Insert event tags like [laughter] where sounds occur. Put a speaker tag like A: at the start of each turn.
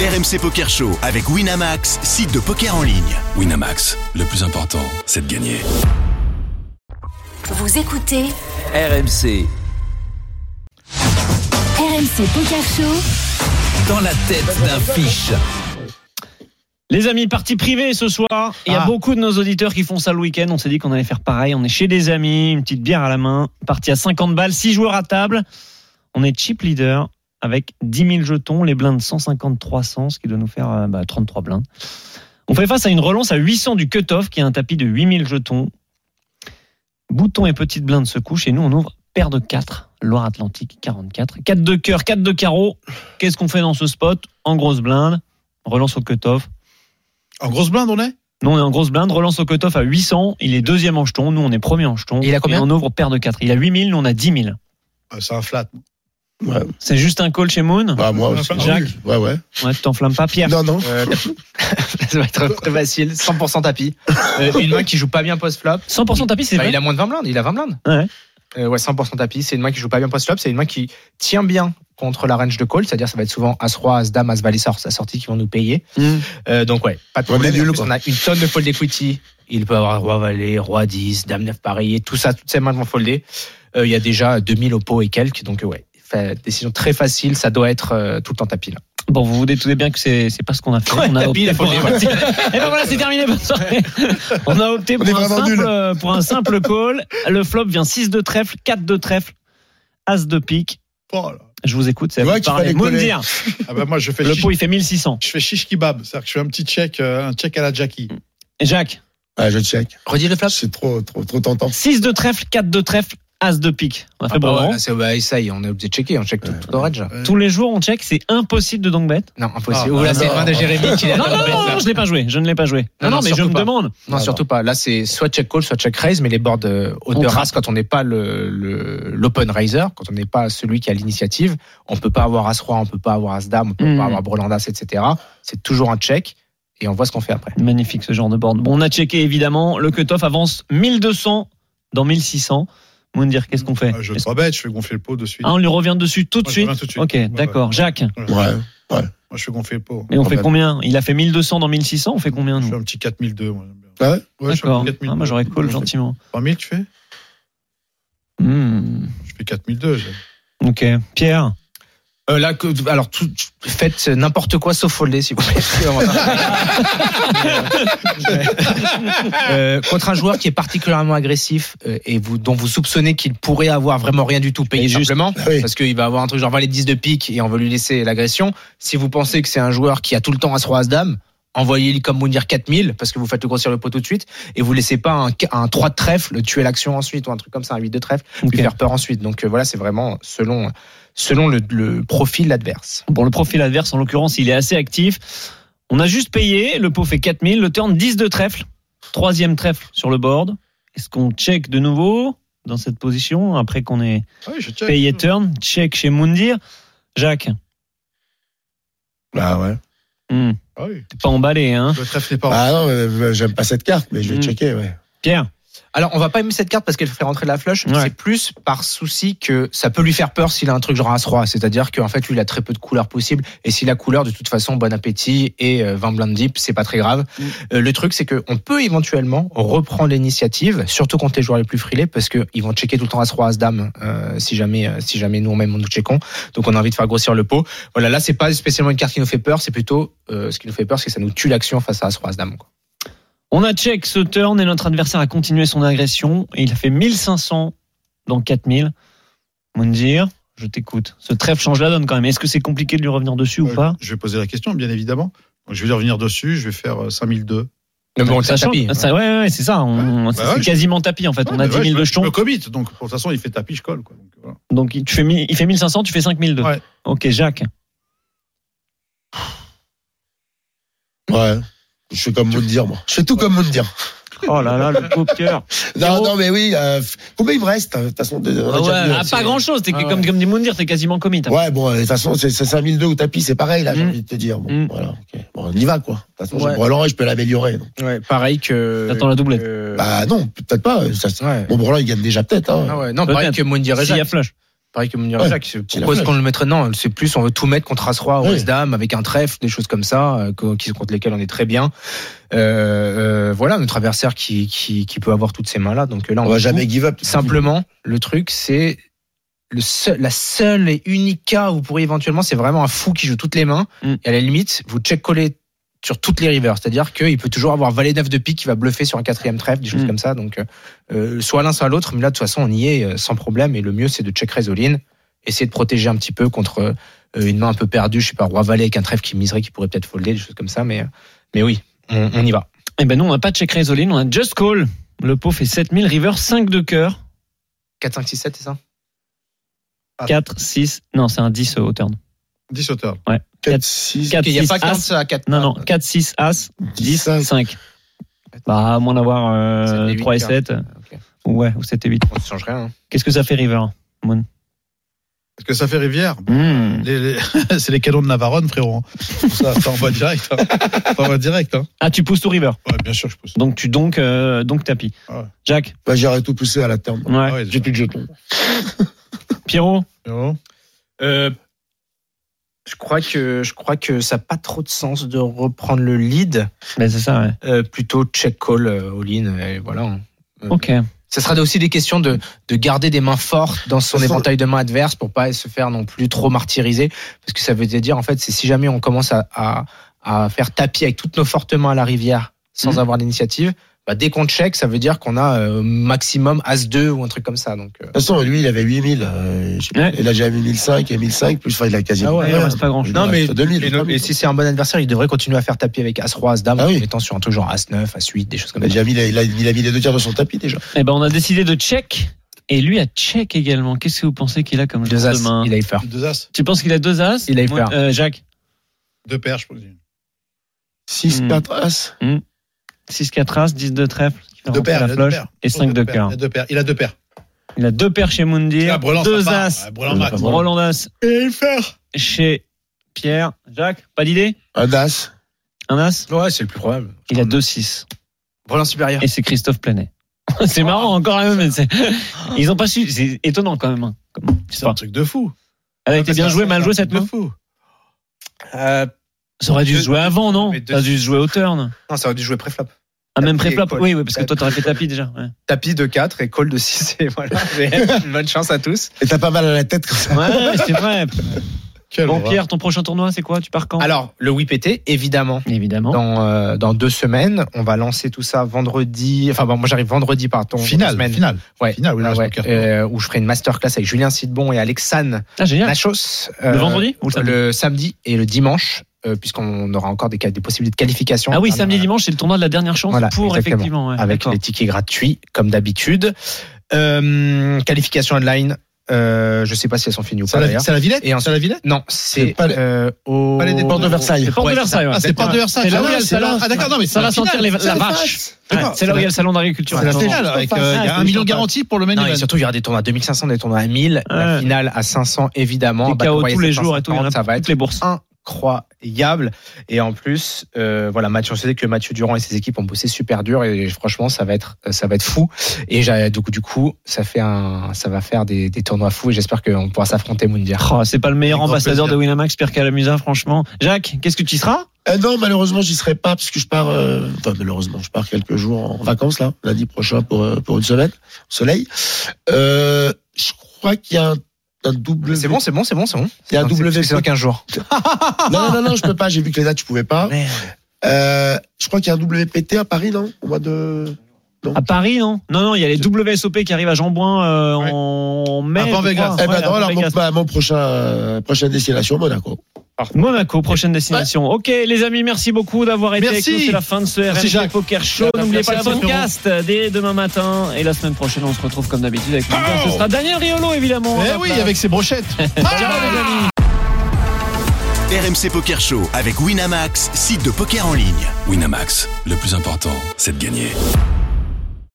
A: RMC Poker Show avec Winamax, site de poker en ligne.
B: Winamax, le plus important, c'est de gagner.
C: Vous écoutez
D: RMC,
C: RMC Poker Show.
D: dans la tête d'un fiche.
E: Les amis, partie privée ce soir. Il y a beaucoup de nos auditeurs qui font ça le week-end. On s'est dit qu'on allait faire pareil. On est chez des amis, une petite bière à la main. Partie à 50 balles, 6 joueurs à table. On est chip leader avec 10 000 jetons, les blindes 150-300, ce qui doit nous faire euh, bah, 33 blindes. On fait face à une relance à 800 du cut-off qui a un tapis de 8000 jetons. Boutons et petites blindes se couchent et nous on ouvre paire de 4, Loire-Atlantique 44. 4 de cœur, 4 de carreau. Qu'est-ce qu'on fait dans ce spot En grosse blinde, relance au cut-off.
F: En grosse blinde, on est
E: Non, on est en grosse blinde. Relance au cutoff à 800. Il est deuxième en jeton. Nous, on est premier en jeton.
G: Il a combien
E: Et on ouvre paire de 4. Il a 8000. Nous, on a 10 000.
F: Ah, C'est un flat.
E: C'est juste un call chez Moon.
H: Bah, moi aussi.
E: Jacques
H: Ouais, ouais.
E: Ouais, tu t'enflammes pas, Pierre.
H: Non, non.
G: Euh, Ça va être très facile. 100% tapis. Euh, une main qui joue pas bien post-flop.
E: 100% tapis, c'est
G: Bah,
E: vrai.
G: il a moins de 20 blindes. Il a 20 blindes.
E: Ouais.
G: Euh, ouais, 100% tapis. C'est une main qui joue pas bien post-flop. C'est une main qui tient bien contre la range de call. C'est-à-dire, ça va être souvent As-Roi, As-Dame, As-Valet, sort, sa sortie qui vont nous payer.
E: Mm.
G: Euh, donc, ouais, pas de
H: Ouais, mais
G: problème.
H: nul,
G: En plus,
H: quoi.
G: on a une tonne de fold equity. Il peut avoir Roi-Valet, Roi-10, Dame-9 pareillé. Tout ça, toutes ces mains vont folder. Euh, Il y a déjà 2000 au pot et quelques. Donc, euh, ouais. Fait- décision très facile. Ça doit être euh, tout le temps tapis. Là.
E: Bon, vous vous détournez bien que c'est c'est pas ce qu'on a fait.
G: Ouais,
E: on a
G: tapis, il
E: opté
G: a
E: pour
G: fallu-
E: un- [laughs] Eh ben voilà, c'est terminé. bonne
H: [laughs]
E: soirée. on a opté
H: est
E: pour un,
H: vraiment
E: simple,
H: nuls.
E: euh, pour un simple call. Le flop vient 6 de trèfle, 4 de trèfle, As de pique.
F: Oh là.
E: Je vous écoute, c'est à
H: Tu
E: vous
H: vois
E: de
H: qu'il
E: parler.
H: fallait coller.
E: Moundir,
F: Ah bah moi je fais
E: le
F: chiche,
E: pot, il fait 1600.
F: je fais chiche kebab, c'est-à-dire que je fais un petit check, euh, un check à la Jackie.
E: Jacques.
H: Ah, je check.
G: Redis le flop.
H: C'est trop, trop, trop tentant.
E: 6 de trèfle, 4 de trèfle, As de pique. On a fait
G: Ah bah
E: bravo.
G: ouais, là, c'est- bah, ça y est, on est obligé de checker. On check tout, tout orange.
E: Tous les jours, on check, c'est impossible de donc
G: [laughs]
E: bet.
G: Euh, Non,
F: Ah,
G: impossible. Ouh, là,
H: non,
G: c'est
H: non.
G: une main de Jérémy qui l'a
E: Non, non, non,
G: adoré, ça.
E: non, je l'ai pas joué, je ne l'ai pas joué. Non,
G: Non,
E: non,
G: non,
E: mais je
G: surtout
E: me
G: pas.
E: demande.
G: Non, surtout pas. Là, c'est soit check call, soit check raise, mais les boards euh,
E: On
G: haute de
E: trappe.
G: race, quand on n'est pas le- le- l'open raiser, quand on n'est pas celui qui a l'initiative, on peut pas avoir As-Roi, on peut pas avoir As-Dame, on peut
E: Hmm.
G: pas avoir Brelandas, etc. C'est toujours un check et on voit ce qu'on fait après.
E: Magnifique ce genre de board. Bon, on a checké évidemment, le cutoff avance 1200 dans 1600. Vous me dire qu'est-ce qu'on fait
F: Euh, Je
E: Est-ce-
F: pas bête, je fais gonfler le pot de suite.
E: Ah, On lui revient dessus tout de
F: Ouais, je
E: suite
F: reviens tout de suite.
E: Ok,
F: Ouais,
E: d'accord.
F: ouais.
E: Jacques,
F: Voilà.
H: Ouais.
F: Moi je fais gonfler le pot.
E: et on fait
H: Probable.
E: combien Il a fait 1200 dans 1600, on fait combien
F: Je fais
E: nous
F: un petit 4002. Moi. j'aime bien.
H: Ah ouais
F: Ouais, je fais un
E: D'accord.
F: petit 4002.
E: Ah, moi j'aurais call gentiment.
F: 3000 tu fais
E: Hmm,
F: Je fais 4002. je-
E: Ok. Pierre
G: Euh, là, que- alors, tout- faites n'importe quoi sauf folder, s'il vous plaît. C'est vraiment ça. Euh, contre un joueur qui est particulièrement agressif euh, et vous, dont vous soupçonnez qu'il pourrait avoir vraiment rien du tout payé simplement,
H: Oui.
G: parce qu'il va avoir un truc genre valet 10 de pique et on veut lui laisser l'agression. Si vous pensez que c'est un joueur qui a tout le temps as roi as dame, envoyez-lui comme Mounir 4000 parce que vous faites le grossir le pot tout de suite et vous laissez pas un, un 3 de trèfle tuer l'action ensuite ou un truc comme ça, un 8 de trèfle,
E: Ok.
G: lui faire peur ensuite. Donc euh, voilà, c'est vraiment selon, selon le, le profil adverse.
E: Bon, le profil adverse, en l'occurrence, il est assez actif. On a juste payé, le pot fait 4000, le turn 10 de trèfle, troisième trèfle sur le board. Est-ce qu'on check de nouveau dans cette position après qu'on ait
F: Ah oui, je check.
E: payé turn Check chez Moundir. Jacques,
H: Bah, ouais.
E: hmm,
F: Ah oui.
E: t'es pas emballé, hein
F: Le trèfle n'est pas
H: Bah, non, euh, j'aime pas cette carte, mais je vais
G: Hmm.
E: Mm.
H: checker, ouais.
E: Pierre
G: Alors, on va pas aimer cette carte parce qu'elle ferait rentrer la flush.
E: Ouais.
G: C'est plus par souci que ça peut lui faire peur s'il a un truc genre As-Roi. C'est-à-dire qu'en fait, lui, il a très peu de couleurs possibles. Et si la couleur, de toute façon, bon appétit et euh, 20 blindes deep, c'est pas très grave. Euh, le truc, c'est qu'on peut éventuellement reprendre l'initiative, surtout contre les joueurs les plus frilés, parce qu'ils vont checker tout le temps As-Roi, As-Dame, euh, si jamais, euh, si jamais nous-mêmes on nous checkons. Donc, on a envie de faire grossir le pot. Voilà, là, c'est pas spécialement une carte qui nous fait peur, c'est plutôt euh, ce qui nous fait peur, c'est que ça nous tue l'action face à As-Roi, As-Dame. quoi.
E: On a check ce turn et notre adversaire a continué son agression. Et il a fait 1500 dans 4000. Moundir, je t'écoute. Ce trèfle change la donne quand même. Est-ce que c'est compliqué de lui revenir dessus ou
F: Euh,
E: pas
F: Je vais poser la question, bien évidemment. Donc, je vais lui revenir dessus, je vais faire euh, 5002.
G: Mais bon,
E: Ça
G: ça
E: change.
G: tapis. hein.
E: Ça- ouais, ouais, ouais, c'est ça. On-
F: hein. Ouais,
E: c'est
F: bah ouais,
E: c'est
F: je-
E: quasiment tapis en fait.
F: Ouais,
E: on a
F: mais
E: 10
F: ouais,
E: 000
F: je me-
E: de
F: Je
E: jetons.
F: me commit, donc de toute façon, il fait tapis, je colle. Quoi. Donc, voilà.
E: Donc il- tu fais, mi- il fait 1500, tu fais 5002.
F: Ouais.
E: Ok,
F: [laughs]
E: Jacques.
H: Ouais. Je fais comme Moundir, moi. Je fais tout comme Moundir.
E: Oh là là, le pauvre cœur.
H: Non, non, mais oui, euh, f- combien il me reste? hein, De toute façon, on a déjà vu,
E: Ah,
H: c'est-
E: pas grand chose. T'es
G: Ah ouais.
E: comme, comme dit Moundir, t'es quasiment commis. t'as-
H: Ouais, bon, euh, de toute façon, c'est c'est 5002 ou tapis, c'est pareil, là, j'ai
E: Mm.
H: envie de te dire. Bon,
E: Mm.
H: voilà, ok. Bon, on y va, quoi. De toute façon,
G: Ouais.
H: j'ai Brelan et je peux l'améliorer. donc.
G: Ouais, pareil que.
E: T'attends la doublette.
G: que-
H: Bah, non, peut-être pas. euh, ça-
G: ouais.
H: Bon, Brelan, il gagne déjà peut-être, hein.
G: Ah ouais, Non, pareil
E: Peut-être.
G: que Moundir et
E: S'il y a
G: Jacques.
E: flush.
G: Pareil que Mounir
H: Ouais,
G: Jacques. Pourquoi
H: la
G: est-ce qu'on le mettrait Non, c'est plus, on veut tout mettre contre As-Roi,
H: Oui.
G: Dame, avec un trèfle, des choses comme ça, euh, co- qui- contre lesquelles on est très bien. Euh, euh, voilà, notre adversaire qui, qui, qui peut avoir toutes ces mains-là. Donc euh, là, on,
H: On va
G: joue.
H: jamais give up.
G: Simplement, le truc, c'est le seul, la seule et unique cas où vous pourriez éventuellement, c'est vraiment un fou qui joue toutes les mains.
E: Mm.
G: Et à la limite, vous check coller sur toutes les rivers. C'est-à-dire qu'il peut toujours avoir valet 9 de pique qui va bluffer sur un quatrième trèfle, des choses
E: Mm.
G: comme ça. Donc, euh, soit l'un, soit l'autre. Mais là, de toute façon, on y est euh, sans problème. Et le mieux, c'est de check raise all in. Essayer de protéger un petit peu contre euh, une main un peu perdue. Je sais pas, roi valet avec un trèfle qui miserait, qui pourrait peut-être folder, des choses comme ça. Mais, euh, mais oui, on, on y va.
E: Eh ben non, on n'a pas de check raise all in, on a just call. Le pot fait 7000, river 5 de cœur.
G: 4, 5, 6, 7, c'est ça?
E: 4, 6, non, c'est un 10 au turn.
F: 10 auteurs.
H: 4, 6,
E: 4,
G: Il n'y a
E: 6,
G: pas Ah,
E: as.
G: 15 à 4.
E: Non, non, 4, 6, As, 10, 5.
H: 5.
E: Bah, à moins d'avoir
G: Sept et
E: euh,
G: huit,
E: 3 et
G: hein.
E: 7.
G: Ok.
E: Ouais, ou 7 et 8.
G: On ne change rien. hein.
E: Qu'est-ce que ça fait, River
F: Parce que ça fait rivière.
E: Hmm.
F: Les- les- [laughs] c'est les canons de Navarone, frérot. hein. Ça, ça envoie direct. Hein. Ça envoie direct. Hein.
E: Ah, tu pousses tout River.
F: Ouais, bien sûr, je pousse.
E: Donc, tu donc, euh, donc tapis.
F: Ouais.
E: Jack,
H: Bah, J'aurais tout poussé à la terme.
E: ouais.
F: Ah ouais,
H: J'ai plus de jetons.
E: Pierrot,
F: frérot. Euh,
G: Je crois que je crois que ça n'a pas trop de sens de reprendre le lead,
E: ben, c'est ça, ouais.
G: Euh, plutôt check call euh, all-in et voilà. hein.
E: Ok.
G: Ça sera aussi des questions de, de garder des mains fortes dans son
H: Ça sera-
G: éventail de mains adverses pour pas se faire non plus trop martyriser parce que ça veut dire en fait c'est si jamais on commence à, à, à faire tapis avec toutes nos fortes mains à la rivière sans
E: Mhm.
G: avoir l'initiative, bah, dès qu'on check ça veut dire qu'on a euh, maximum as 2 ou un truc comme ça donc euh,
H: De toute façon, lui, il avait 8000. euh, je sais pas.
E: Ouais.
H: Et là, j'ai 1005 et 1005, plus enfin, il a quasiment.
E: Ah ouais, il
H: rien.
E: reste pas grand-chose.
H: Il en
G: Non, mais-
H: reste 2000.
G: Et, non, et si c'est un bon adversaire, il devrait continuer à faire tapis avec As Roi, As Dame,
H: Ah oui.
G: en étant sur un truc genre As 9, As 8, des choses comme
H: Il a
G: ça.
H: déjà mis les- il a- il a mis les deux tiers de son tapis déjà.
E: Eh ben, on a décidé de check. Et lui a check également. Qu'est-ce que vous pensez qu'il a comme
G: Deux
E: joueur
G: As,
E: de main
G: il a eu peur.
F: Deux as,
E: Tu penses qu'il a deux As
G: Il a eu
E: Moi,
G: peur.
E: euh, Jack,
F: deux paires, je présume.
H: 6,
E: Hmm.
H: 4 as.
E: 6, 4 As, 10 de trèfle. qui fait
F: Deux
E: rentrer
F: paires,
E: la
F: il a deux
E: floche,
F: paires.
E: Et 5 de
F: Deux paires,
E: cœur.
F: Il a deux paires. Il a deux paires.
E: Il a deux paires chez Moundir,
F: Ah, Brelan,
E: deux
F: ça part.
E: As,
F: Ah, Brelan, Max.
H: Brelan.
E: Roland As
F: Et une paire.
E: chez Pierre. Jacques, pas d'idée
H: Un as.
E: Un As
G: Ouais, c'est le plus probable.
E: Il a 2-6.
G: Brelan supérieur.
E: Et c'est Christophe Planet. [laughs] c'est marrant, encore un même. c'est- [laughs] Ils ont pas su. C'est étonnant quand même. hein, comme
F: C'est un
E: histoire.
F: truc de fou.
E: Elle a été bien jouée, mal jouée cette
F: C'est un
E: main.
F: truc de fou.
G: Euh,
E: Ça aurait dû se
G: Deux-
E: jouer avant, non
G: mais deux-
E: Ça aurait dû se jouer au turn.
G: non, ça aurait dû jouer préflop.
E: Ah, même
G: Tapis et
E: pré-flop.
G: call.
E: Oui, oui, parce que
G: Tapis.
E: toi, t'aurais
G: [laughs]
E: fait tapis déjà. ouais.
G: Tapis de 4 et call de 6. Et voilà. Mais Bonne chance à tous.
H: Et t'as pas mal à la tête comme ça.
E: Ouais, c'est vrai.
F: Quel
E: Bon,
F: horreur.
E: Pierre, ton prochain tournoi, c'est quoi Tu pars quand
G: Alors, le WIPT, évidemment.
E: Évidemment.
G: Dans, euh, dans deux semaines, on va lancer tout ça vendredi. Enfin, bon, moi j'arrive vendredi, pardon.
F: Final,
G: semaine.
F: final.
G: Ouais.
F: Final, oui,
G: Ah
F: le
G: ouais,
F: snooker.
G: euh, où je ferai une masterclass avec Julien Sidbon et Alexane
E: Ah, génial.
G: Nachos.
E: Le
G: euh,
E: vendredi ou le samedi
G: et le dimanche, euh, puisqu'on aura encore des, ca- des possibilités de qualification.
E: Ah oui,
G: Enfin,
E: samedi,
G: euh,
E: dimanche, c'est le tournoi de la dernière chance
G: Voilà,
E: pour
G: exactement.
E: effectivement. ouais,
G: Avec
E: d'accord.
G: les tickets gratuits, comme d'habitude. Euh, qualification online, euh, je sais pas si elles sont finies ou
F: C'est à
G: pas
F: la,
G: d'ailleurs.
F: c'est à la Villette
G: Et ensuite-
F: C'est à la Villette
G: Non, c'est
H: pas les-
G: euh, au.
F: pas les dépenses
H: Porte de Versailles.
E: Porte de
G: Ouais,
E: Versailles, ouais.
F: Ah, c'est pas de Versailles.
E: C'est là où
F: Ah,
E: il y a le
F: c'est là-
E: salon.
F: Ah, d'accord, non, mais c'est
E: Ça
F: la
E: va sentir
F: finale.
E: les- la
F: C'est
E: vache.
F: face.
E: Ouais,
F: D'accord.
E: C'est là où il y a le salon d'agriculture.
F: C'est la
E: Attends.
F: finale. avec, euh, Il y a un million garanti pour le main
G: Non, et
F: event.
G: surtout, il y aura des tournois à 2500, des tournois à 1000, la
E: Ouais.
G: finale à 500, évidemment.
E: Des
G: Bah,
E: KO
G: Hawaii,
E: tous les jours et tout, il y en
G: 750,
E: a
G: ça va
E: pour
G: être
E: toutes les bourses.
G: incroyable. Et en plus, euh, voilà, Mathieu, on sait que Mathieu Durand et ses équipes ont bossé super dur et franchement, ça va être, ça va être fou. Et j'ai- donc, du coup, ça fait un, ça va faire des, des tournois fous et j'espère qu'on pourra s'affronter Moundir.
E: Oh, c'est pas le meilleur
F: Avec grand
E: ambassadeur
F: plaisir.
E: de Winamax, Pierre Calamusa, franchement. Jacques, qu'est-ce que tu y seras
H: Euh, non, malheureusement, j'y serai pas parce que je pars. euh, Enfin, malheureusement, je pars quelques jours en vacances là, lundi prochain pour euh, pour une semaine, au soleil. Euh, je crois qu'il y a un, un double.
G: C'est bon, c'est bon, c'est bon, c'est bon.
H: Il y a un
G: Donc,
H: double.
G: C'est c'est dans 15 jours.
H: Non, non, non, non, je peux pas. J'ai vu que les dates, je pouvais
G: Ah,
H: pas. Euh, je crois qu'il y a un WPT à Paris, non Au mois de.
E: À Paris, non Non, non, il y a les WSOP qui arrivent à Jean-Bouin euh, en mai.
F: Avant
E: je crois.
F: Bah, Vegas.
H: eh
E: Ouais,
H: ben non,
E: avant
H: alors mon,
E: Vegas.
H: bah, mon prochain euh, prochaine destination, Monaco.
E: Monaco, prochaine destination. Ok, les amis, merci beaucoup d'avoir été
F: Merci.
E: avec nous. C'est la fin de ce
F: Merci,
E: RMC
F: Jacques.
E: Poker Show.
F: Merci,
E: N'oubliez pas le
F: merci à vous,
E: podcast dès demain matin. Et la semaine prochaine, on se retrouve comme d'habitude avec
F: Oh.
E: Ce sera Daniel Riolo, évidemment. à
F: Eh
E: la
F: oui,
E: place.
F: avec ses
H: [laughs]
F: brochettes.
H: Ah,
E: Ciao,
H: bah,
E: les amis.
A: RMC Poker Show avec Winamax, site de poker en ligne.
B: Winamax, le plus important, c'est de gagner.